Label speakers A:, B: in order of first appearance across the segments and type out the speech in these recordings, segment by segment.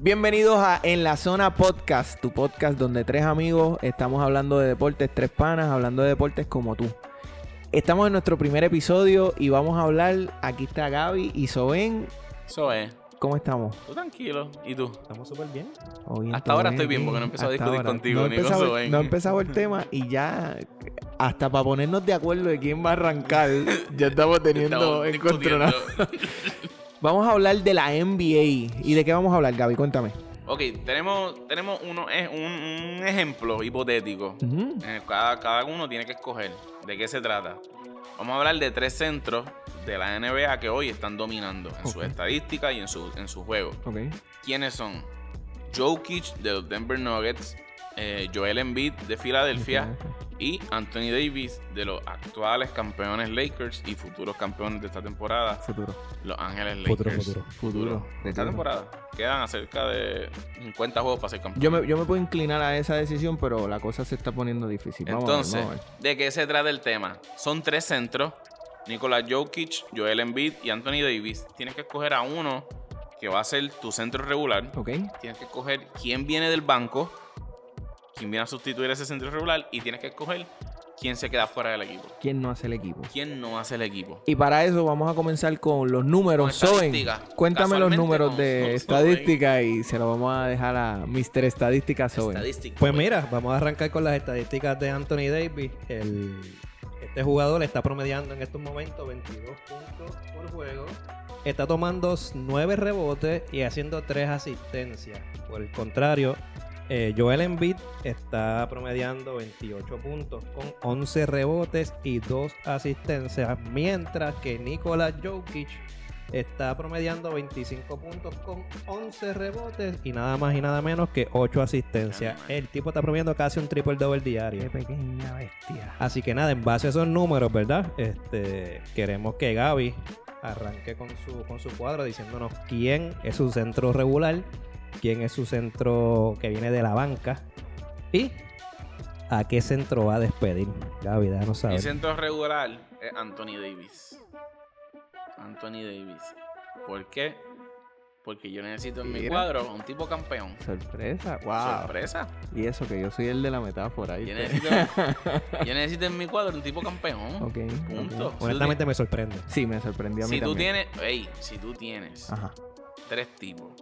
A: Bienvenidos a En la Zona Podcast, tu podcast donde tres amigos estamos hablando de deportes, tres panas, hablando de deportes como tú. Estamos en nuestro primer episodio y vamos a hablar, aquí está Gaby y Soben.
B: Eso es.
A: ¿Cómo estamos?
B: eh, Tú tranquilo. ¿Y tú?
C: Estamos súper bien.
A: Oh, bien,
B: Hasta
A: todo
B: ahora estoy bien porque no he empezado a
A: Hasta
B: discutir
A: ahora.
B: contigo,
A: No he
B: ni con
A: empezado-
B: Soben.
A: No ha empezado el tema y ya, hasta para ponernos de acuerdo de quién va a arrancar, ya estamos teniendo
B: Estamos
A: encontronazos.
B: discutiendo.
A: Vamos a hablar de la NBA. ¿Y de qué vamos a hablar, Gaby? Cuéntame.
B: ok, tenemos, tenemos uno, es un, un ejemplo hipotético.
A: Ujú.
B: en el cada, cada uno tiene que escoger de qué se trata. Vamos a hablar de tres centros de la NBA que hoy están dominando en sus
A: Ok.
B: estadísticas y en su, en su juego. ¿Quiénes son? Jokic de los Denver Nuggets, eh, Joel Embiid de Filadelfia y Anthony Davis de los actuales campeones Lakers y futuros campeones de esta temporada,
A: Futuro.
B: Los Ángeles Lakers.
C: Futuro, futuro.
B: Futuro. De esta temporada. Quedan cerca de 50 juegos para ser campeón.
A: Yo me, yo me puedo inclinar a esa decisión, pero la cosa se está poniendo difícil. Vamos
B: Entonces,
A: a ver, vamos a ver.
B: ¿de qué se trata el tema? Son tres centros: Nicolás Jokic, Joel Embiid y Anthony Davis. Tienes que escoger a uno que va a ser tu centro regular.
A: Ok.
B: Tienes que escoger quién viene del banco, quién viene a sustituir ese centro regular y tienes que escoger quién se queda fuera del equipo.
A: ¿Quién no hace el equipo?
B: ¿Quién no hace el equipo?
A: Y para eso vamos a comenzar con los números.
B: Con
A: Soben,
B: estadística.
A: cuéntame los
B: Casualmente
A: números
B: con-
A: de
B: con
A: estadística y se lo vamos a dejar a Mr. Estadística Soben.
B: Estadística.
C: Pues mira, vamos a arrancar con las estadísticas de Anthony Davis. El- este jugador está promediando en estos momentos 22 puntos por juego. Está tomando 9 rebotes y haciendo 3 asistencias. Por el contrario, eh, Joel Embiid está promediando 28 puntos con 11 rebotes y 2 asistencias. Mientras que Nikola Jokic está promediando 25 puntos con 11 rebotes y nada más y nada menos que 8 asistencias. El tipo está promediando casi un triple double diario.
A: pequeña bestia.
C: Así que nada, en base a esos números, ¿verdad? Este, queremos que Gaby arranque con su, con su cuadro diciéndonos quién es su centro regular, quién es su centro que viene de la banca y a qué centro va a despedir. Gaby, déjanos
B: Mi
C: saber.
B: centro regular es Anthony Davis. Anthony Davis. ¿Por qué? Porque yo necesito en mi
A: Mira.
B: cuadro a un tipo campeón.
A: Sorpresa, wow.
B: Sorpresa.
A: Y eso que yo soy el de la metáfora.
B: Yo
A: ¿viste?
B: necesito, yo necesito en mi cuadro un tipo campeón.
A: Ok, ok.
B: Punto.
C: Honestamente me sorprende.
A: Sí, me sorprendió a mí
B: Si tú
A: también. Ah.
B: tienes, ey, si tú tienes
A: Ajá.
B: tres tipos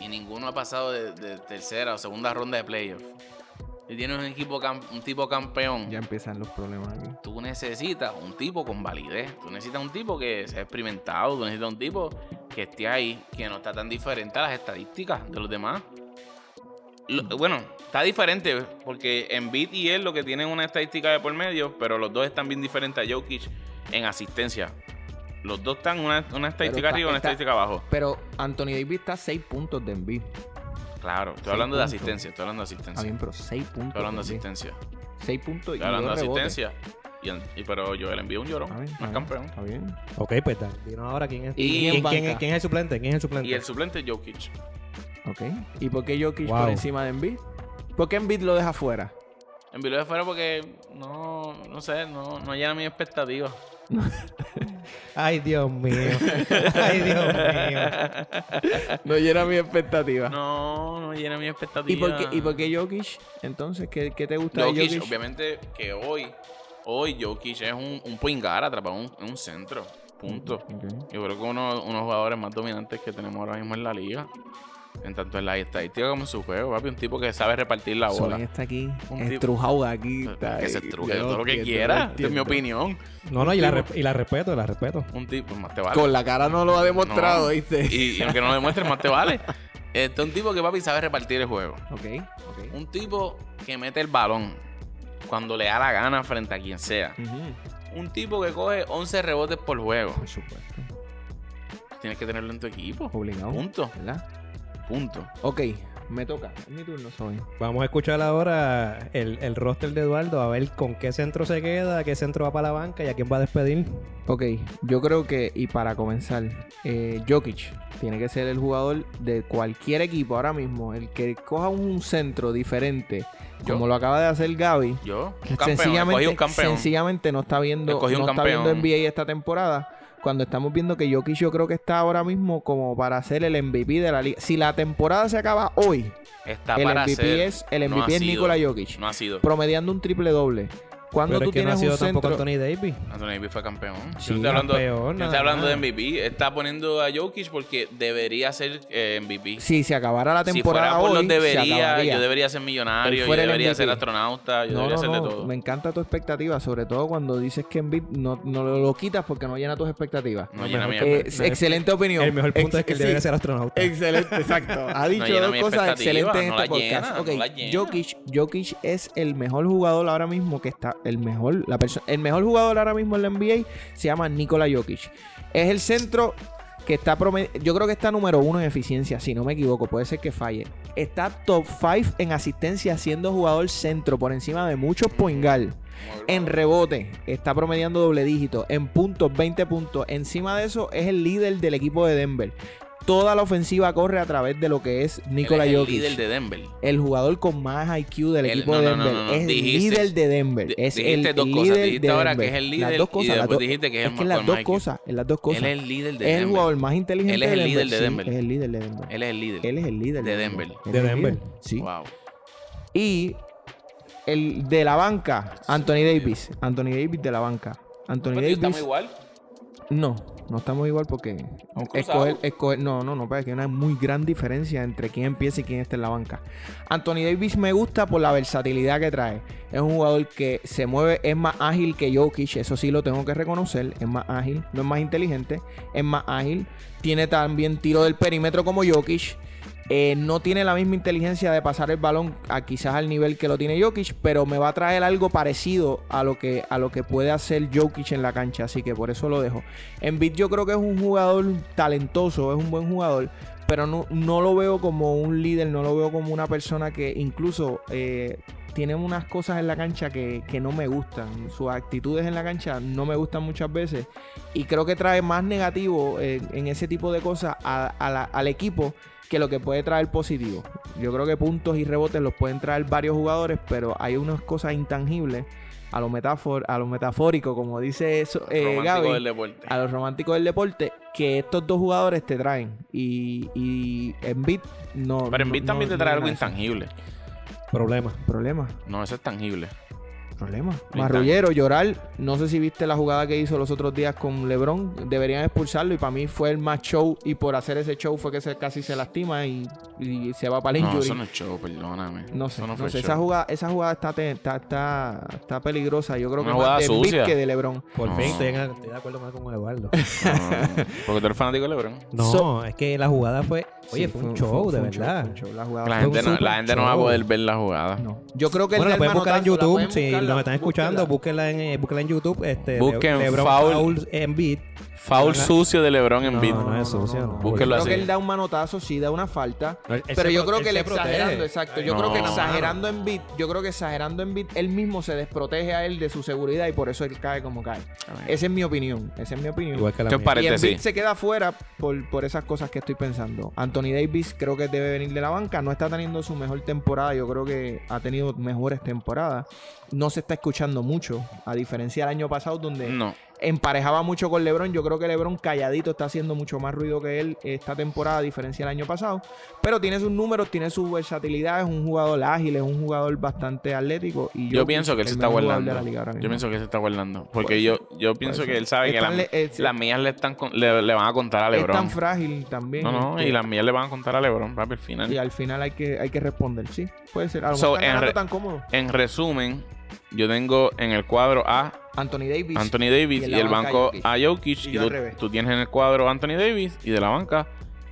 B: y ninguno ha pasado de, de tercera o segunda ronda de playoff y tienes un equipo cam- un tipo campeón,
A: Ya empiezan los problemas aquí.
B: tú necesitas un tipo con validez. Tú necesitas un tipo que sea experimentado. Tú necesitas un tipo que esté ahí, que no está tan diferente a las estadísticas de los demás. Lo- bueno, está diferente porque en Beat y él lo que tienen una estadística de por medio, pero los dos están bien diferentes a Jokic en asistencia. Los dos están una, una
A: está-
B: estadística arriba y una
A: está-
B: estadística abajo.
A: Pero Anthony Davis está a 6 puntos de Embiid.
B: Claro, estoy
A: Seis
B: hablando de
A: puntos.
B: asistencia, estoy hablando de asistencia.
A: Está bien, pero 6 puntos.
B: Estoy hablando de
A: de Embiid.
B: asistencia.
A: Seis puntos Pues, y
B: Estoy hablando de
A: dos rebotes.
B: asistencia. Y, an- y- pero yo le envío un llorón,
A: Está bien, está
B: no es
A: bien,
B: campeón.
A: Está bien.
C: Ok, pues da- dinos ahora quién es,
B: ¿Y
C: quién-
A: quién
C: quién- quién-
A: banca?
C: quién es el suplente, quién es el suplente.
B: Y el suplente es Jokic.
A: Ok. ¿Y por qué Jokic por
C: Wow.
A: encima de Embiid? ¿Por qué Embiid lo deja fuera?
B: En Vilo de fuera porque no, no sé, no, no llena mis expectativas.
C: Ay, Dios mío. Ay, Dios mío.
A: No llena mi expectativa.
B: No, no llena mis expectativas.
A: ¿Y, por qué, ¿Y por qué Jokic? Entonces, ¿qué, qué te gusta
B: Jokic,
A: de Jokic?
B: obviamente que hoy, hoy Jokic es un, un pingar atrapado en un, en un centro. Punto.
A: Ok.
B: Yo creo que uno, uno de los jugadores más dominantes que tenemos ahora mismo en la liga. En tanto en la estadística como en su juego, papi. Un tipo que sabe repartir la bola.
A: Solín está aquí,
B: Un tipo-
A: estrujado aquí. está
B: que se
A: ahí.
B: estruje
A: Yo
B: todo lo que
A: entiendo,
B: quiera.
A: yo
B: Esta es mi
A: entiendo.
B: opinión.
C: No, no, y la, re- y la respeto, la respeto.
B: Un tipo, más te vale.
A: Con la cara no lo ha demostrado,
B: No.
A: ¿viste?
B: Y, y aunque no lo demuestres, más te vale. Este es un tipo que, papi, sabe repartir el juego.
A: Ok, ok.
B: Un tipo que mete el balón cuando le da la gana frente a quien sea.
A: Ujú.
B: Un tipo que coge 11 rebotes por juego.
A: Por supuesto.
B: Tienes que tenerlo en tu equipo.
A: Obligado.
B: Punto.
A: ¿Verdad?
B: Punto.
A: Ok, me toca. Es mi turno, soy.
C: Vamos a escuchar ahora el, el roster de Eduardo, a ver con qué centro se queda, qué centro va para la banca y a quién va a despedir.
A: Ok, yo creo que, y para comenzar, eh, Jokic tiene que ser el jugador de cualquier equipo ahora mismo. El que coja un centro diferente
B: Yo.
A: como lo acaba de hacer Gaby,
B: Yo,
A: que
B: un campeón, escogí
A: sencillamente,
B: un campeón.
A: sencillamente no está viendo,
B: Escogí un
A: no está
B: campeón.
A: viendo NBA esta temporada. Cuando estamos viendo que Jokic yo creo que está ahora mismo como para ser el MVP de la liga. Si la temporada se acaba hoy,
B: Está
A: el
B: para
A: MVP
B: ser-
A: es el
B: no
A: MVP
B: ha
A: es
B: sido,
A: Nikola Jokic,
B: No ha sido.
A: promediando un triple doble. Cuando
C: Pero
A: tú
C: es que no ha
A: tienes
C: sido
A: un
C: tampoco
A: centro,
C: Anthony Davis.
B: Anthony Davis fue campeón.
C: Sí,
B: yo no estoy hablando,
C: campeón,
B: yo no estoy
C: nada
B: hablando de
C: más.
B: MVP. Está poniendo a Jokic porque debería ser eh, MVP.
A: si se acabara la
B: si
A: temporada
B: fuera por
A: hoy,
B: los
A: se
B: debería,
A: acabaría.
B: yo debería ser millonario,
A: Él
B: yo
A: fuera el
B: debería ser
A: MVP.
B: astronauta, yo
A: No,
B: debería
A: no,
B: ser de
A: no,
B: todo.
A: Me encanta tu expectativa, sobre todo cuando dices que Embiid no, no lo, lo quitas porque no llena tus expectativas.
B: No llena mi
A: Eh,
B: expectativa.
A: es- excelente opinión.
C: El mejor punto
A: Ex-
C: es que él
A: sí. Eh,
C: debería ser astronauta.
A: Excelente, exacto. Ha dicho
B: llena
A: dos
B: mi
A: cosas
B: expectativa,
A: excelentes en
B: no
A: este
B: la llena,
A: podcast.
B: no
A: Ok,
B: la llena.
A: Jokic, Jokic es el mejor jugador ahora mismo que está. El mejor, la perso- el mejor jugador ahora mismo en la NBA se llama Nikola Jokic. Es el centro que está promedio. Yo creo que está número uno en eficiencia, si no me equivoco. Puede ser que falle. Está top 5 en asistencia, siendo jugador centro por encima de muchos poingal. En rebote, está promediando doble dígito. En puntos, 20 puntos. Encima de eso, es el líder del equipo de Denver. Toda la ofensiva corre a través de lo que es Nikola
B: Él es
A: Jokic.
B: El líder de Denver.
A: El jugador con más IQ del
B: El-
A: equipo
B: no,
A: de
B: no, no,
A: Denver.
B: no, no.
A: Es el
B: Dijiste-
A: líder de Denver.
B: di-
A: Es
B: dijiste
A: el
B: dos cosas.
A: líder
B: Dijiste
A: de
B: ahora
A: Denver.
B: que es el
A: Las
B: líder
A: dos
B: y
A: cosas. las
B: después
A: dos-
B: dijiste que es el
A: que
B: más-
A: las
B: con
A: dos
B: más IQ.
A: cosas. En las dos cosas.
B: Él es el líder de
A: Es el
B: Denver.
A: jugador más inteligente.
B: Él es
A: de
B: el líder
A: Denver.
B: de
A: Sí,
B: Denver.
A: es el líder de Denver.
B: Él es el líder.
A: Él es el líder
B: De Denver.
A: Él
C: De
A: es el
C: Denver.
A: líder. Sí.
B: Wow.
A: Y el de la banca, Anthony Davis. Anthony Davis de la banca. Anthony
B: Pero estamos
A: Davis.
B: igual.
A: No, no estamos igual porque
B: cruzados.
A: escoger, escoger, no, no, no, pero es que hay una muy gran diferencia entre quién empieza y quién está en la banca. Anthony Davis me gusta por la versatilidad que trae. Es un jugador que se mueve, es más ágil que Jokic, eso sí lo tengo que reconocer, es más ágil, no es más inteligente, es más ágil. Tiene también tiro del perímetro como Jokic. Eh, no tiene la misma inteligencia de pasar el balón a quizás al nivel que lo tiene Jokic, pero me va a traer algo parecido a lo que, a lo que puede hacer Jokic en la cancha, así que por eso lo dejo. Embiid yo creo que es un jugador talentoso, es un buen jugador, pero no, no lo veo como un líder, no lo veo como una persona que incluso eh, tiene unas cosas en la cancha que, que no me gustan. Sus actitudes en la cancha no me gustan muchas veces. Y creo que trae más negativo eh, en ese tipo de cosas a- a la- al equipo que lo que puede traer positivo. Yo creo que puntos y rebotes los pueden traer varios jugadores, pero hay unas cosas intangibles a lo, metafor, a lo metafórico, como dice eso, eh,
B: Romántico
A: Gaby Ah,
B: del deporte.
A: a los románticos del deporte que estos dos jugadores te traen. Y, y Embiid no.
B: Pero en
A: no-
B: Beat también
A: no-
B: te trae
A: no
B: algo
A: era eso.
B: intangible.
C: Problema.
A: Problema,
B: No, eso es tangible.
A: problema.
B: Intangible.
A: Marrullero, llorar. No sé si viste la jugada que hizo los otros días con LeBron. Deberían expulsarlo y para mí fue el más show. Y por hacer ese show fue que se, casi se lastima y, y se va para el
B: No,
A: injury.
B: eso no es show, perdóname.
A: No sé,
B: Eso
A: no
B: fue
A: sé.
B: show.
A: Esa jugada, esa jugada está, te- está, está, está peligrosa. Yo creo
B: Una
A: que
B: jugada
A: más de Embiid
B: sucia.
A: que de LeBron.
C: Por
B: No.
C: fin estoy, en- estoy de acuerdo más con Eduardo.
B: No, no, no. Porque tú eres fanático de LeBron.
C: No,
A: So-
C: es que la jugada fue. Oye,
A: Sí,
C: fue, un show, de
A: fue un
C: verdad.
A: fue un show. La jugada
B: La
A: fue-
B: gente, no,
C: super
B: la gente no va a
C: show.
B: poder ver la jugada.
A: Ah, no. Yo creo que el
C: Bueno, la
A: del
C: pueden buscar en
A: manotazo, la
C: YouTube.
A: pueden
C: Si
A: buscar,
C: nos
A: la-
C: están escuchando,
A: búsquenla.
C: búsquenla en, eh, búsquenla en YouTube. Este,
B: Busquen
C: LeBron
B: foul.
C: en beat.
B: Foul
C: Ajá.
B: sucio de LeBron en
C: No,
B: Beat.
C: no, es sucio, no.
B: Búsquelo
A: Yo creo
B: así.
A: que él da un manotazo, sí, da una falta. Pero yo creo que él exagerando, exacto. Yo
B: No,
A: creo que
B: mano.
A: exagerando en beat, yo creo que exagerando en beat, él mismo se desprotege a él de su seguridad y por eso él cae como cae. Esa es mi opinión. Esa es mi opinión.
C: Igual que la
B: Esto es
C: mía.
B: para-
A: Y
B: Paréntesis.
A: Embiid se queda fuera por, por esas cosas que estoy pensando. Anthony Davis creo que debe venir de la banca. No está teniendo su mejor temporada. Yo creo que ha tenido mejores temporadas. No se está escuchando mucho. A diferencia del año pasado donde
B: No.
A: emparejaba mucho con LeBron. Yo creo que LeBron calladito está haciendo mucho más ruido que él esta temporada, a diferencia del año pasado. Pero tiene sus números, tiene su versatilidad, es un jugador ágil, es un jugador bastante atlético. Y
B: Yo, pienso que él se está guardando. Yo pienso que él se está guardando. Porque yo, yo pienso
A: ser.
B: que él sabe que
A: Están
B: las-
A: le- eh, sí.
B: las mías le, están con- le, le van a contar a
A: es tan
B: LeBron.
A: frágil también.
B: No, no,
A: este,
B: y las mías le van a contar a LeBron, papi, al final.
A: y al final hay que, hay que responder, sí. Puede ser. A lo
B: So,
A: mejor están
B: en
A: ganando
B: re-
A: tan cómodo.
B: En resumen, yo tengo en el cuadro a
A: Anthony Davis.
B: Anthony Davis
A: y
B: y,
A: en la
B: el
A: banca
B: banco
A: Jokic.
B: a Jokic.
A: Y
B: Y,
A: yo al
B: tú,
A: revés.
B: tú tienes en el cuadro a Anthony Davis y de la banca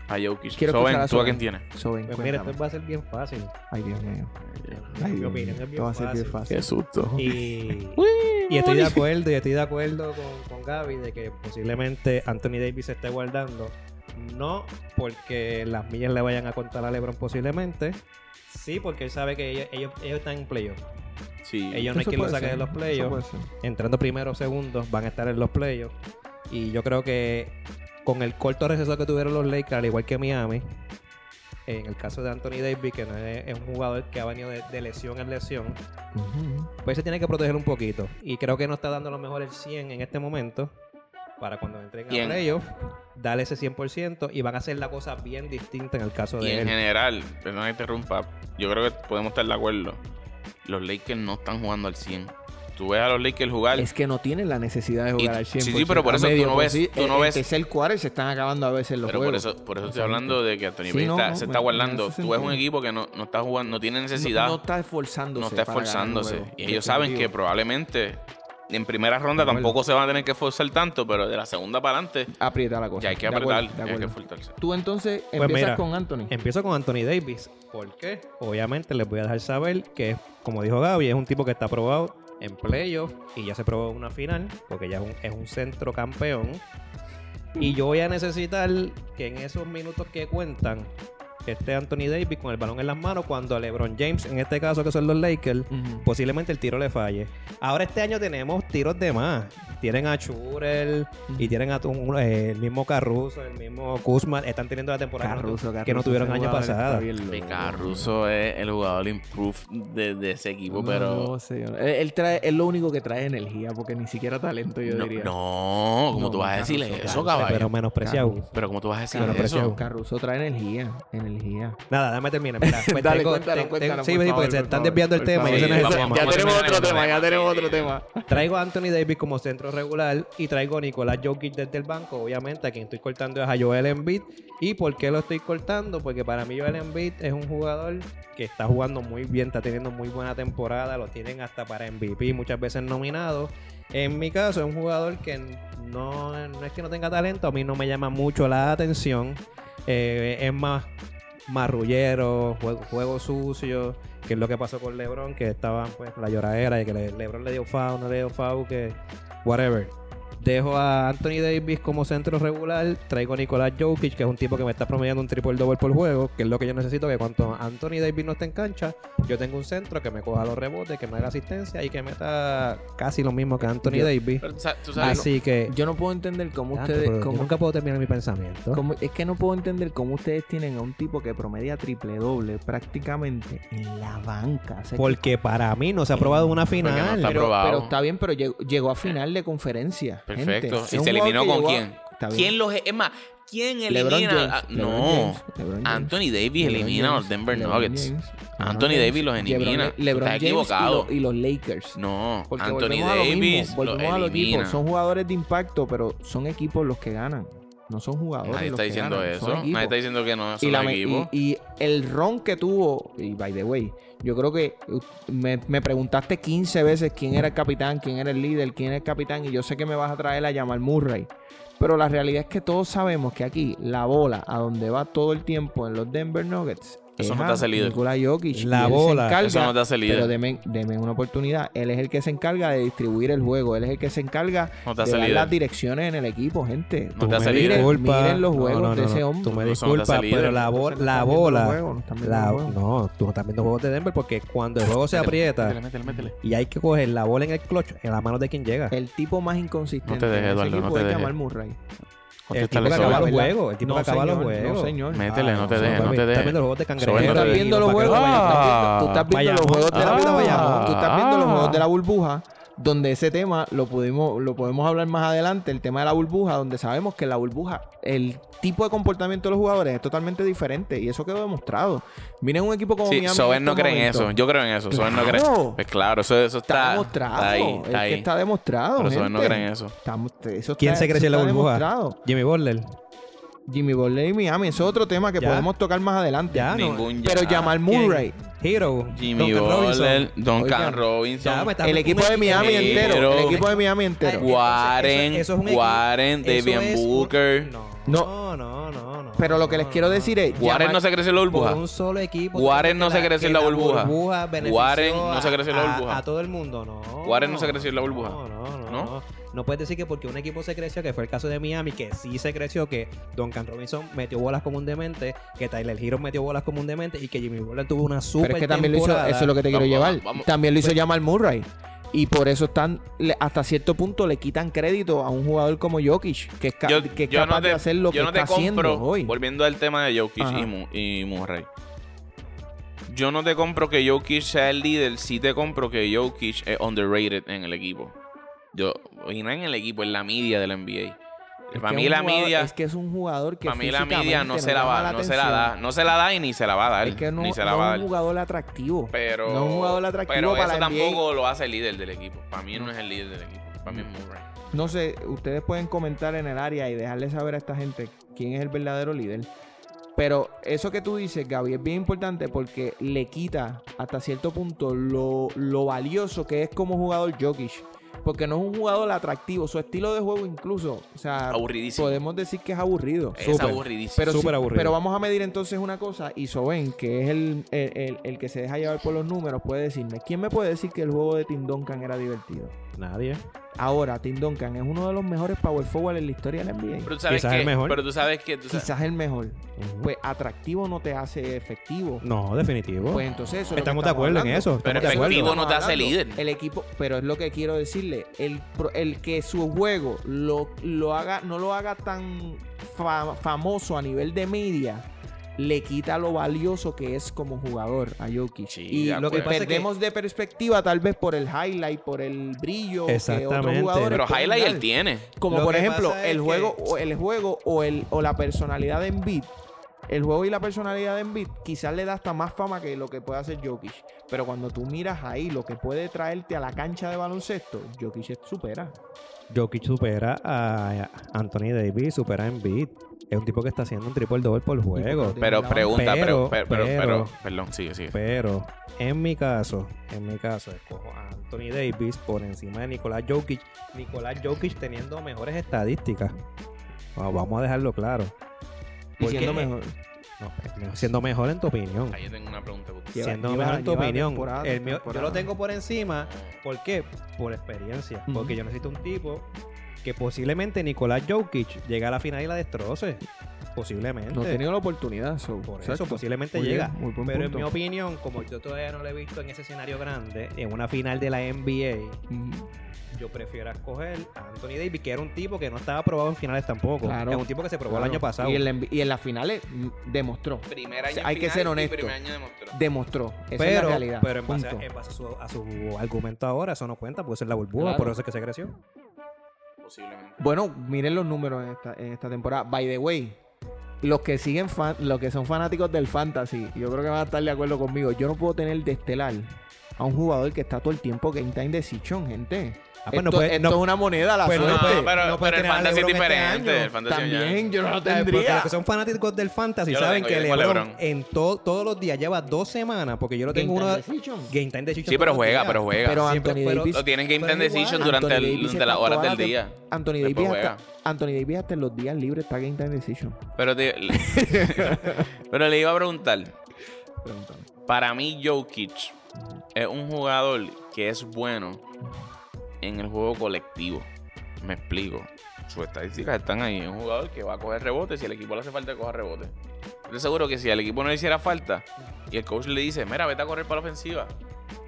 B: a Jokic.
A: Quiero
B: Soben,
A: escuchar a
B: ¿tú a
A: Soben.
B: quién tienes?
A: Soben,
C: Pues mira,
A: cuéntame.
C: esto va a ser bien fácil.
A: Ay, Dios mío. Ay,
C: Mi
A: Dios mío.
C: opinión es
A: Esto va a ser bien fácil.
B: Qué susto.
C: Y, y estoy de acuerdo, y estoy de acuerdo con, con Gaby de que posiblemente Anthony Davis se esté guardando. No porque las millas le vayan a contar a LeBron posiblemente. Sí, porque él sabe que ellos, ellos, ellos están en playoff.
B: Sí.
C: Ellos no es
A: Eso
C: quien lo
A: puede
C: saque
A: ser,
C: de los
A: eso
C: playoffs.
A: puede ser.
C: Entrando primero o segundos, van a estar en los playoffs. Y yo creo que con el corto receso que tuvieron los Lakers, al igual que Miami, En el caso de Anthony Davis, que no es, es un jugador que ha venido de, de lesión en lesión, pues se tiene que proteger un poquito. Y creo que no está dando a lo mejor el 100 en este momento para cuando entren
B: Y en-
C: a playoff, darle ese 100% y van a hacer la cosa bien distinta en el caso
B: Y
C: de
B: en
C: él.
B: general, perdón que interrumpa, yo creo que podemos estar de acuerdo. Los Lakers no están jugando al 100. Tú ves a los Lakers jugar.
A: Es que no tienen la necesidad de
B: Y-
A: jugar al 100%.
B: sí, sí, pero por
A: a
B: eso tú
A: medio,
B: no
A: pues
B: ves-
A: sí,
B: tú no
A: en-
B: ves-
A: En tercer quarter se están acabando a veces los
B: pero por
A: juegos.
B: eso, por eso estoy
A: Exacto.
B: hablando de que Anthony
A: Sí,
B: Davis
A: no,
B: está-
A: no,
B: se
A: me-
B: está
A: me
B: guardando.
A: hace
B: Tú ves un
A: sentido.
B: equipo que no, no está jugando, no tiene
A: No,
B: necesidad,
A: no
B: no,
A: está esforzándose.
B: está
A: para ganar un
B: esforzándose.
A: juego.
B: Y ellos saben que
A: Definitivo.
B: probablemente en primera ronda
A: De acuerdo.
B: tampoco se van a tener que forzar tanto, pero de la segunda para adelante
A: Aprieta la cosa.
B: ya hay que
A: De acuerdo,
B: apretar,
A: de
B: ya hay que
A: acuerdo.
B: forzarse.
A: Tú entonces empiezas
C: Pues mira, em,
A: con Anthony.
C: Empiezo con Anthony Davis. ¿Por qué? Obviamente les voy a dejar saber que, como dijo Gaby, es un tipo que está probado en playoff y ya se probó en una final, porque ya es un, es un centro campeón. Y yo voy a necesitar que en esos minutos que cuentan esté Anthony Davis con el balón en las manos cuando LeBron James, en este caso que son los Lakers,
A: Ujú.
C: posiblemente el tiro le falle. Ahora este año tenemos tiros de más. Tienen a Churel y tienen a tu- un- eh, el mismo Carruso, el mismo Kuzman. Están teniendo la temporada que no tu-
A: Caruso,
C: que no
A: Caruso,
C: tuvieron
A: ese
C: año
A: jugador está
C: pasado.
A: bien loco,
B: De Caruso es el jugador improve de, de ese equipo,
A: No,
B: pero.
A: no, señor. Él, él trae, es lo único que trae energía, porque ni siquiera talento, yo
B: No,
A: diría.
B: no, ¿cómo
A: No,
B: tú vas a
A: Caruso,
B: decirle eso,
A: Caruso,
B: caballo?
C: Pero
B: Pero,
C: menospreciado.
A: Caruso.
B: ¿cómo tú vas a decir
C: Claro, pero
B: eso?
C: presión.
A: Caruso trae energía, energía.
C: Nada, déjame terminar. mira. Pues
A: Dale,
C: tengo-
A: cuéntalo,
C: ten-
A: cuéntalo,
C: ten- Sí,
A: por
C: sí,
A: favor,
C: porque se
A: por
C: están
A: favor,
C: desviando el
A: por
C: tema. y
A: favor.
C: ese no es el
B: Vamos,
C: tema.
B: vamos.
A: ya tenemos otro tema.
C: Traigo a Anthony Davis como centro regular y traigo a Nicolás Jokic desde el banco. Obviamente, a quien estoy cortando es a Joel Embiid. ¿Y por qué lo estoy cortando? Porque para mí Joel Embiid es un jugador que está jugando muy bien, está teniendo muy buena temporada, lo tienen hasta para MVP, muchas veces nominado. En mi caso, es un jugador que no, no es que no tenga talento, a mí no me llama mucho la atención. Eh, es más marrullero, juego, juego sucio, que es lo que pasó con LeBron, que estaban pues la lloradera y que le- LeBron le dio foul, no le dio foul, que whatever. Dejo a Anthony Davis como centro regular, traigo a Nicolás Jokic, que es un tipo que me está promediando un triple double por juego, que es lo que yo necesito, que cuando Anthony Davis no esté en cancha, yo tengo un centro que me coja los rebotes, que me haga asistencia y que meta casi lo mismo que Anthony
A: Yo-
C: Davis.
B: Pero tú sa- tú sabes,
C: Así que
A: Yo no puedo entender cómo
C: Ya,
A: ustedes.
C: Eh, pero yo
A: cómo-
C: nunca puedo terminar mi pensamiento.
A: cómo- es que no puedo entender cómo ustedes tienen a un tipo que promedia triple doble prácticamente en la banca. O sea,
C: Porque para mí no se ha probado una
B: no
C: final.
B: está
A: pero,
B: aprobado.
A: pero está bien, pero llegó, llegó a final de conferencia. gente.
B: Perfecto.
A: Es
B: ¿Y
A: un
B: se
A: jugador
B: eliminó
A: que
B: con
A: llegó a-
B: quién?
A: Está bien.
B: ¿Quién losema? ¿Quién
A: LeBron
B: elimina?
A: James,
B: Ah,
A: LeBron
B: no.
A: James, LeBron James.
B: Anthony Davis
A: LeBron
B: elimina a los
A: James,
B: Denver
A: LeBron
B: Nuggets.
A: James,
B: Anthony
A: LeBron
B: Davis los
A: James,
B: elimina.
A: LeBron, LeBron
B: Estás
A: James y lo-
B: equivocado.
A: Y, los Lakers.
B: No,
A: Porque
B: Anthony
A: volvemos a lo
B: Davis
A: mismo,
B: los
A: volvemos a los equipos.
B: elimina.
A: Son jugadores de impacto, pero son equipos los que ganan. No son jugadores.
B: Nadie
A: los
B: está
A: que
B: diciendo
A: ganan, son
B: eso. Nadie
A: equipos.
B: está diciendo que no
A: y,
B: son
A: la me-
B: equipos.
A: y- y el ron que tuvo, y by the way, yo creo que uh, me, me preguntaste 15 veces quién era el capitán, quién era el líder, quién era el capitán, y yo sé que me vas a traer a llamar Murray. Pero la realidad es que todos sabemos que aquí la bola a donde va todo el tiempo en los Denver Nuggets.
B: Eso
A: es
B: no te
A: a
B: hace líder.
A: Nikola Jokic.
C: La
A: y él se
C: bola.
A: encarga,
B: Eso no te hace líder.
A: Pero deme, deme una oportunidad. Él es el que se encarga de distribuir el juego. Él es el que se encarga
B: No
A: de
B: te hace
A: dar las
B: líder.
A: direcciones en el equipo, gente.
B: No te hace
C: me
B: líder.
C: disculpas.
A: Miren los
C: No,
A: juegos
C: no, no,
A: de
C: no.
A: ese hombre.
C: Tú me
B: Eso no te hace
C: disculpas,
B: líder.
C: pero la, bo-
A: Entonces,
C: la
A: no están viendo los
C: bola.
A: juegos, no están viendo
C: la-
A: los juegos.
C: no, tú no estás viendo juegos de Denver porque cuando el juego se
B: Métele,
C: aprieta
B: métele, métele.
C: y hay que coger la bola en el clutch, en la mano de quien llega.
A: El tipo más inconsistente
B: No te dejes,
A: en ese
B: Eduardo,
A: equipo
B: no te
A: es
B: dejes.
A: Jamal Murray.
C: El tipo
B: Contéstale
C: que acaba
B: sobre.
C: los
A: ¿verdad?
C: juegos. El tipo que acaba los
A: señor,
C: juegos.
A: No, señor.
B: Métele, no te
C: Ah,
B: dejes, no
C: papi,
B: te
C: Estás
B: dejes.
C: viendo los juegos de
B: Sobre,
A: Tú
B: no
A: estás
C: cangrejeros.
B: te
A: viendo los
C: Para que
A: juegos.
C: no vayan.
B: Ah.
A: Tú estás viendo los juegos de la
C: Vayamos.
A: burbuja.
C: Ah.
A: Tú estás viendo los juegos de la burbuja. Donde ese tema lo pudimos, lo podemos hablar más adelante, el tema de la burbuja, donde sabemos que la burbuja, el tipo de comportamiento de los jugadores es totalmente diferente. Y eso quedó demostrado. Miren un equipo como
B: Sí,
A: Miami.
B: Soben
A: en este
B: no
A: estos
B: cree en
A: momentos.
B: eso. Yo creo en eso. Soben no cree.
A: Claro.
B: Pues claro, eso, eso
A: Está,
B: está,
A: demostrado.
B: está ahí.
A: es
B: Está ahí.
A: que está demostrado.
B: Pero Soben no
A: gente.
B: cree en eso.
A: Estamos- eso
C: ¿Quién
A: está-
C: se crece
A: eso
C: la
A: está
C: burbuja?
A: demostrado.
C: Jimmy Butler.
A: Jimmy Butler y Miami es otro tema que
C: Ya.
A: podemos tocar más adelante.
C: Ya, no.
B: Ningún
A: Pero
B: ya.
A: Jamal Murray,
C: Hero.
B: Jimmy
C: Duncan Robinson.
B: Butler, Duncan
A: Oigan,
B: Robinson.
C: ya, me está-
A: el equipo de Miami
B: Pero-
A: entero, el equipo de Miami entero.
C: Ay,
B: Warren,
C: Entonces, eso- eso es un equipo-
B: Warren,
C: Eso
B: Davian
C: es un-
B: Booker.
C: No,
A: No.
C: no, no, no, no.
A: Pero lo que les quiero decir es-
C: no.
B: Warren
A: Jamal-
B: no se crece en la burbuja.
C: Por un solo equipo.
B: Warren no
C: Que
B: se creció en
C: que
B: la burbuja.
C: benefició
B: Warren no se creció en la
C: a-
B: burbuja.
C: A, todo el mundo, no.
B: Warren no se creció en la burbuja.
C: No, no,
B: ¿No?
C: no. No, No puedes decir que porque un equipo se creció, que fue el caso de Miami, que sí se creció, que Duncan Robinson metió bolas como un demente, que Tyler Hero metió bolas como un demente y que Jimmy Butler tuvo una super
A: Pero es que también lo hizo,
C: temporada.
A: eso es lo que te quiero
B: Vamos, Pues-
A: llevar.
B: vamos.
A: También lo hizo Jamal Murray. Y por eso están, le- hasta cierto punto le quitan crédito a un jugador como Jokic, que es, ca-
B: yo,
A: que es
B: yo
A: capaz
B: no te,
A: de hacer lo
B: yo
A: que
B: no te
A: está haciendo
B: compro,
A: hoy.
B: Volviendo al tema de Jokic
A: Ajá.
B: y, Mu- y Murray. Yo no te compro que Jokic sea el líder, sí te compro que Jokic es underrated en el equipo. Yo, y no en el equipo, en la media de la NBA.
A: Es
B: para
A: que
B: mí
A: un
B: la
A: jugador-
B: media,
A: Es que es un jugador que
B: para mí la media no
A: físicamente
B: se la
A: llama
B: va, no se la da,
A: atención.
B: no se la da y ni se la va a dar,
A: Es que no,
B: ni se
A: no
B: la va a
A: es un
B: dar.
A: jugador atractivo.
B: Pero,
A: no es un jugador atractivo
B: pero
A: para
B: eso
A: la NBA.
B: tampoco lo hace el líder del equipo. Para mí no es el líder del equipo. Para mí es Murray.
A: No sé, ustedes pueden comentar en el área y dejarle saber a esta gente quién es el verdadero líder. Pero eso que tú dices, Gaby, es bien importante porque le quita hasta cierto punto lo, lo valioso que es como jugador Jokic. Porque no es un jugador atractivo, su estilo de juego incluso, o sea,
B: Aburridísimo.
A: podemos decir que es aburrido.
B: Es
C: Súper.
B: aburridísimo.
A: Pero, sí-
C: Súper aburrido.
A: pero vamos a medir entonces una cosa y Soben, que es el, el- el- el que se deja llevar por los números, puede decirme, ¿quién me puede decir que el juego de Tim Duncan era divertido?
C: Nadie.
A: Ahora, Tim Duncan es uno de los mejores power forward en la historia de la NBA.
B: Pero tú sabes
C: Quizás
B: que,
C: el mejor.
B: pero tú sabes que tú sabes-
A: Quizás el mejor.
C: Ujú.
A: Pues atractivo no te hace efectivo.
C: no, definitivo.
A: Pues entonces eso. es lo que
C: Estamos de acuerdo en
A: hablando.
C: eso, estamos
B: Pero
A: de acuerdo.
B: efectivo no te hace
A: Estamos hablando.
B: líder.
A: El equipo, pero es lo que quiero decirle. El, pro- el que su juego lo, lo haga, no lo haga tan fa- famoso a nivel de media, le quita lo valioso que es como jugador a Jokic.
B: Sí,
A: y
B: de
A: lo que
B: acuerdo.
A: perdemos de perspectiva, tal vez por el highlight, por el brillo que otros
C: Exactamente.
A: jugadores.
B: Pero
A: pueden
B: highlight
A: dar.
B: él tiene.
A: Como
C: Lo
A: por
C: que
A: ejemplo,
C: pasa es
A: el
C: que-
A: juego, o el juego o, el, o la personalidad de Embiid. El juego y la personalidad de Embiid quizás le da hasta más fama que lo que puede hacer Jokic. Pero cuando tú miras ahí lo que puede traerte a la cancha de baloncesto, Jokic es- supera.
C: Jokic supera a Anthony Davis, supera a Embiid. Es un tipo que está haciendo un triple doble por juego.
A: Tiene
B: Pero
A: la-
B: pregunta, pero,
C: Pero,
B: pero, pero,
C: pero-
B: perdón, sigue, sigue.
C: Pero en mi caso, en mi caso, escojo a Anthony Davis por encima de Nicolás Jokic. Nicolás Jokic teniendo mejores estadísticas. Va- Vamos a dejarlo claro.
A: Y
C: ¿Por
A: siendo
C: qué?
A: mejor.
C: No, pero siendo mejor en tu opinión.
B: Ahí yo tengo una pregunta. para usted.
A: Lleva-
C: Siendo
A: lleva-
C: mejor en tu
A: lleva
C: opinión.
A: temporada,
C: El mío- yo
A: temporada.
C: lo tengo por encima. ¿Por qué? Por experiencia.
A: Ujú.
C: Porque yo necesito un tipo que posiblemente Nicolás Jokic llegue a la final y la destroce. Posiblemente.
A: No ha tenido la oportunidad. so,
C: Por
A: exacto.
C: eso pues, posiblemente
A: Muy
C: llega.
A: bien, muy buen
C: pero en
A: punto.
C: mi opinión, como yo todavía no lo he visto en ese escenario grande, en una final de la NBA,
A: Ujú.
C: yo prefiero escoger a Anthony Davis, que era un tipo que no estaba aprobado en finales tampoco.
A: Claro.
C: es un tipo que se probó
A: Claro.
C: el año pasado.
A: Y en, la- y en las finales mm, demostró.
B: Primer año
A: O sea, hay
B: en
A: que
B: final
A: ser
B: y
A: honesto.
B: primer año demostró.
A: Demostró. Esa es la
C: pero,
A: realidad.
C: pero en base, a,
A: punto.
C: en base a su, a su argumento ahora, eso no cuenta, porque eso es la burbuja,
A: Claro.
C: por eso es que se creció.
B: Posiblemente.
A: Bueno, miren los números en esta, en esta temporada. By the way, los que siguen fan- los que son fanáticos del fantasy, yo creo que van a estar de acuerdo conmigo. Yo no puedo tener de estelar a un jugador que está todo el tiempo game time decision, gente.
C: Ah, pues no
A: esto
C: puede-
A: esto
C: no-
A: es una moneda, la
C: pues
B: no,
A: suerte.
B: pero, pero
C: no puede
B: el
C: tener a
B: fantasy es
C: LeBron este
B: diferente.
C: año.
B: el fantasy
A: También yo no lo
C: Eh, Porque los
A: tendría.
C: pues que son fanáticos del fantasy
B: Yo lo
C: saben
B: tengo,
C: que
B: yo tengo a
C: LeBron,
B: LeBron.
C: en to- todos los días lleva dos semanas, porque yo lo tengo uno de- Game Time Decision
B: Sí, pero
C: todos los
B: juega,
C: días.
B: pero juega.
A: Pero
C: Siempre-
A: Anthony
C: pero-
A: Davis
B: lo tienen Game
C: pero
B: Time
C: es igual.
B: Decision durante, el- durante las horas del día.
A: Anthony Davis,
B: Después
A: hasta-
B: juega.
A: Anthony Davis hasta en los días libres está game time decision.
B: Pero, te- pero le iba a preguntar.
A: Pregúntame.
B: Para mí, Jokic es un jugador que es bueno en el juego colectivo. Me explico. Sus estadísticas están ahí. Es un jugador que va a coger rebote. Si el equipo le hace falta, coja rebote. Yo te seguro que si al equipo no le hiciera falta y el coach le dice, mira, vete a correr para la ofensiva,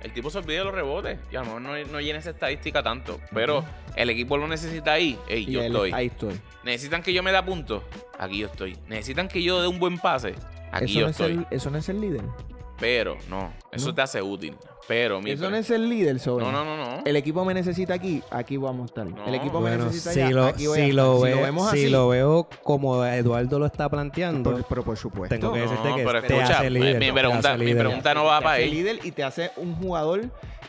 B: el tipo se olvida de los rebotes y a lo mejor no, no llena esa estadística tanto. Pero el equipo lo necesita ahí. Ey,
A: Y
B: yo
A: él-
B: estoy.
A: Ahí estoy.
B: Necesitan que yo me da puntos. Aquí yo estoy. Necesitan que yo dé un buen pase. Aquí
A: eso,
B: yo
A: no
B: estoy.
A: Es el, eso no es el líder.
B: Pero, no, eso
A: No.
B: te hace útil. Pero, mi
A: Eso
B: pre-
A: no es el líder, sobre.
B: no, no, no, no.
A: El equipo me necesita aquí, aquí vamos a estar.
B: No.
A: El equipo me
C: Bueno,
A: necesita
C: si,
A: allá,
C: lo,
A: aquí voy a
C: si,
A: estar.
C: lo
A: Si
C: veo,
A: vemos
C: si
A: así,
C: lo veo como Eduardo lo está planteando,
A: por- pero por supuesto.
C: tengo que
B: No,
C: decirte que
B: pero
C: te
B: escucha,
C: hace líder.
B: mi
C: te
B: pregunta-
C: hace
B: mi
C: líder.
B: pregunta- no va
A: te
B: para
A: hace
B: ahí.
A: líder y te hace un jugador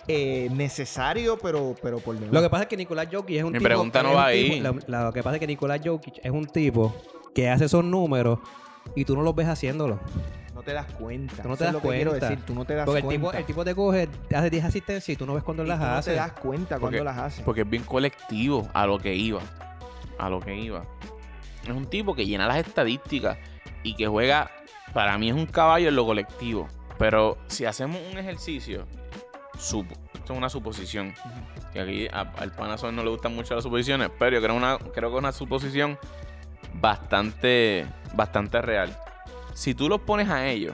A: eh, necesario, pero, pero por debajo.
C: Lo que pasa es que Nicolás Jokic es un
B: Mi
C: tipo...
B: pregunta no
C: es un
B: va
C: tipo-
B: ahí.
C: Lo, lo que pasa es que Nicolás Jokic es un tipo que hace esos números y tú no los ves haciéndolo.
A: no te das cuenta.
C: Tú no
A: Eso
C: te
A: es
C: das
A: lo que quiero
C: cuenta.
A: decir, Tú no te das
C: Porque el
A: cuenta.
C: tipo, el tipo te coge, te hace 10 asistencias y tú no ves cuándo
A: Y
C: las
A: tú no
C: hace. pues,
A: te das cuenta
B: Porque-
A: cuando las haces.
B: Porque es bien colectivo a lo que iba. A lo que iba. Es un tipo que llena las estadísticas y que juega. Para mí es un caballo en lo colectivo. Pero si hacemos un ejercicio, supo- esto es una suposición. Y aquí a- al panazón no le gustan mucho las suposiciones, pero yo creo, una, creo que es una suposición bastante, bastante real. Si tú los pones a ellos,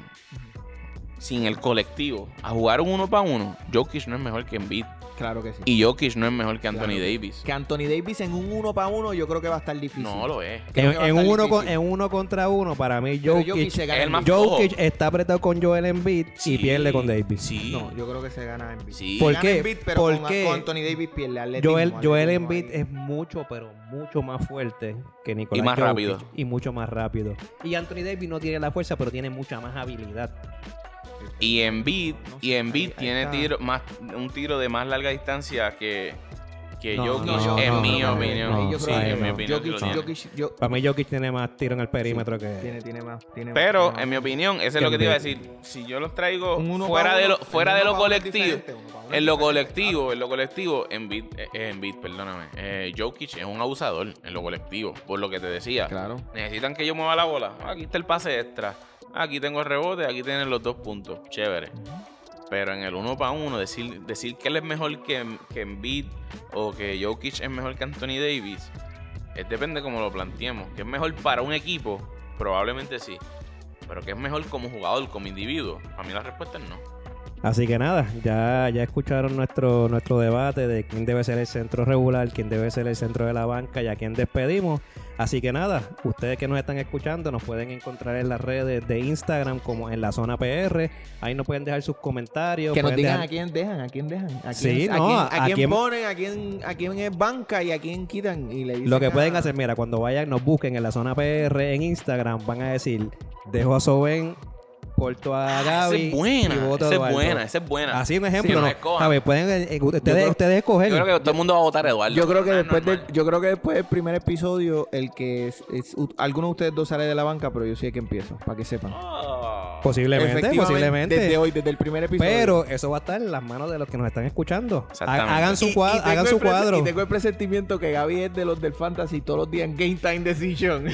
B: sin el colectivo, a jugar un uno para uno, Jokic no es mejor que Embiid,
A: Claro que sí.
B: Y Jokic no es mejor que Anthony
C: Claro.
B: Davis.
A: Que Anthony Davis en un uno para uno yo creo que va a estar difícil.
B: No lo es.
A: Creo
C: En,
A: que va a
C: en
A: estar
C: uno con-
A: difícil.
C: en uno contra uno, para mí,
A: Pero Jokic
C: Jokic,
A: se gana
B: es el más-
A: MVP.
C: Jokic está apretado con Joel Embiid
B: Sí,
C: y pierde con Davis.
B: Sí.
A: No, yo creo que se gana en
B: Sí.
C: ¿Por
A: gana
C: qué?
A: Embiid, pero
C: ¿Por
A: con,
C: qué?
A: con Anthony Davis pierde atletismo,
C: Joel, Joel
A: atletismo
C: Embiid
A: ahí.
C: es mucho, pero mucho más fuerte que Nicolás
B: Y más
C: Jokic,
B: rápido.
C: Y mucho más rápido. Y Anthony Davis no tiene la fuerza, pero tiene mucha más habilidad.
B: Y Embiid,
A: No
B: y
A: sé,
B: Embiid
A: ahí- ahí
B: tiene
A: está.
B: tiro más un tiro de más larga distancia que que
C: No,
B: Jokic
C: no,
B: en
C: no,
B: mi
C: no,
B: opinión.
C: no,
A: yo
B: sí,
A: creo que
B: en mi
C: no.
B: opinión que lo
A: Jokic,
B: tiene.
A: Jokic, yo-
C: Para mí, Jokic tiene más tiro en el perímetro que.
A: tiene, tiene más. tiene
B: Pero
A: más-
B: en mi opinión, eso es lo que te iba a decir. Si yo los traigo
A: Un uno
B: fuera
A: pa'
B: de
A: uno,
B: lo fuera
A: el
B: de
A: uno
B: lo
A: pa' uno es
B: colectivo,
A: diferente, uno pa' uno es
B: en
A: diferente,
B: lo
A: Ah.
B: colectivo, en lo colectivo, Embiid, eh, eh, Embiid, perdóname, eh, Jokic es un abusador en lo colectivo, por lo que te decía.
A: Claro.
B: Necesitan que yo mueva la bola. Aquí está el pase extra. Aquí tengo el rebote. Aquí tienen los dos puntos. Chévere. Pero en el uno para uno, decir, decir que él es mejor que, que Embiid o que Jokic es mejor que Anthony Davis, es depende cómo lo planteemos. Que es mejor para un equipo, probablemente sí. Pero que es mejor como jugador, como individuo. A mí la respuesta es no.
C: Así que nada, ya, ya escucharon nuestro, nuestro debate de quién debe ser el centro regular, quién debe ser el centro de la banca y a quién despedimos. Así que nada, ustedes que nos están escuchando nos pueden encontrar en las redes de Instagram como en la zona PR. Ahí nos pueden dejar sus comentarios.
A: Que nos
C: pueden
A: digan
C: dejar-
A: a quién dejan, a quién dejan, a quién,
C: Sí,
A: a
C: no,
A: quién,
C: a-
A: a
C: a
A: quién
C: quién-
A: ponen, a quién, a quién es banca y a quién quitan y le dicen
C: Lo que
A: a-
C: pueden hacer, mira, cuando vayan, nos busquen en la zona PR en Instagram, van a decir, dejo a Soben, corto a
B: Ah, esa
C: Gaby.
B: es
C: y
B: buena.
C: voto a
B: Esa es
C: Eduardo".
B: buena. Esa es buena.
C: Así un
B: Sí,
C: ejemplo,
B: no
C: ¿no?
B: escojan.
C: A ver, pueden, eh, ustedes,
A: creo-
C: ustedes escoger.
B: yo creo que todo el mundo va a votar a Eduardo.
A: Yo creo que
B: Ah,
A: después del,
B: normal.
A: yo creo que después del primer episodio, el que es, es- u- alguno de ustedes dos sale de la banca, pero yo sí que empiezo, para que sepan.
B: Ah.
C: Posiblemente,
A: Efectivamente,
C: posiblemente.
A: Desde hoy, desde el primer episodio.
C: Pero eso va a estar en las manos de los que nos están escuchando.
B: Exactamente.
C: Ha- Hagan su
A: Y- y
C: cuadro.
A: tengo
C: Hagan
A: el
C: su
A: presen-
C: cuadro.
A: Y tengo el presentimiento que Gaby es de los del Fantasy todos los días en Game Time Decision.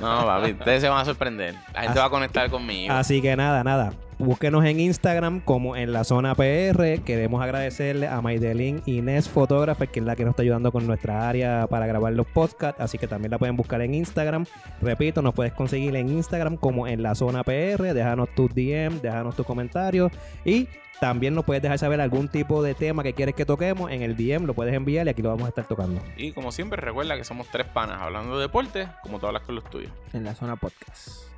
B: No, papi, ustedes se van a sorprender. La gente
C: Así-
B: va a conectar conmigo.
C: Así que nada, nada. Búsquenos en Instagram como en la zona PR. Queremos agradecerle a Maidelin Inés Fotógrafa, que es la que nos está ayudando con nuestra área para grabar los podcasts. Así que también la pueden buscar en Instagram. Repito, nos puedes conseguir en Instagram como en la zona PR. Déjanos tus DM, déjanos tus comentarios y también nos puedes dejar saber algún tipo de tema que quieres que toquemos en el DM. Lo puedes enviar y aquí lo vamos a estar tocando.
B: Y como siempre, recuerda que somos tres panas hablando de deporte, como tú hablas con los tuyos.
A: en la zona podcast.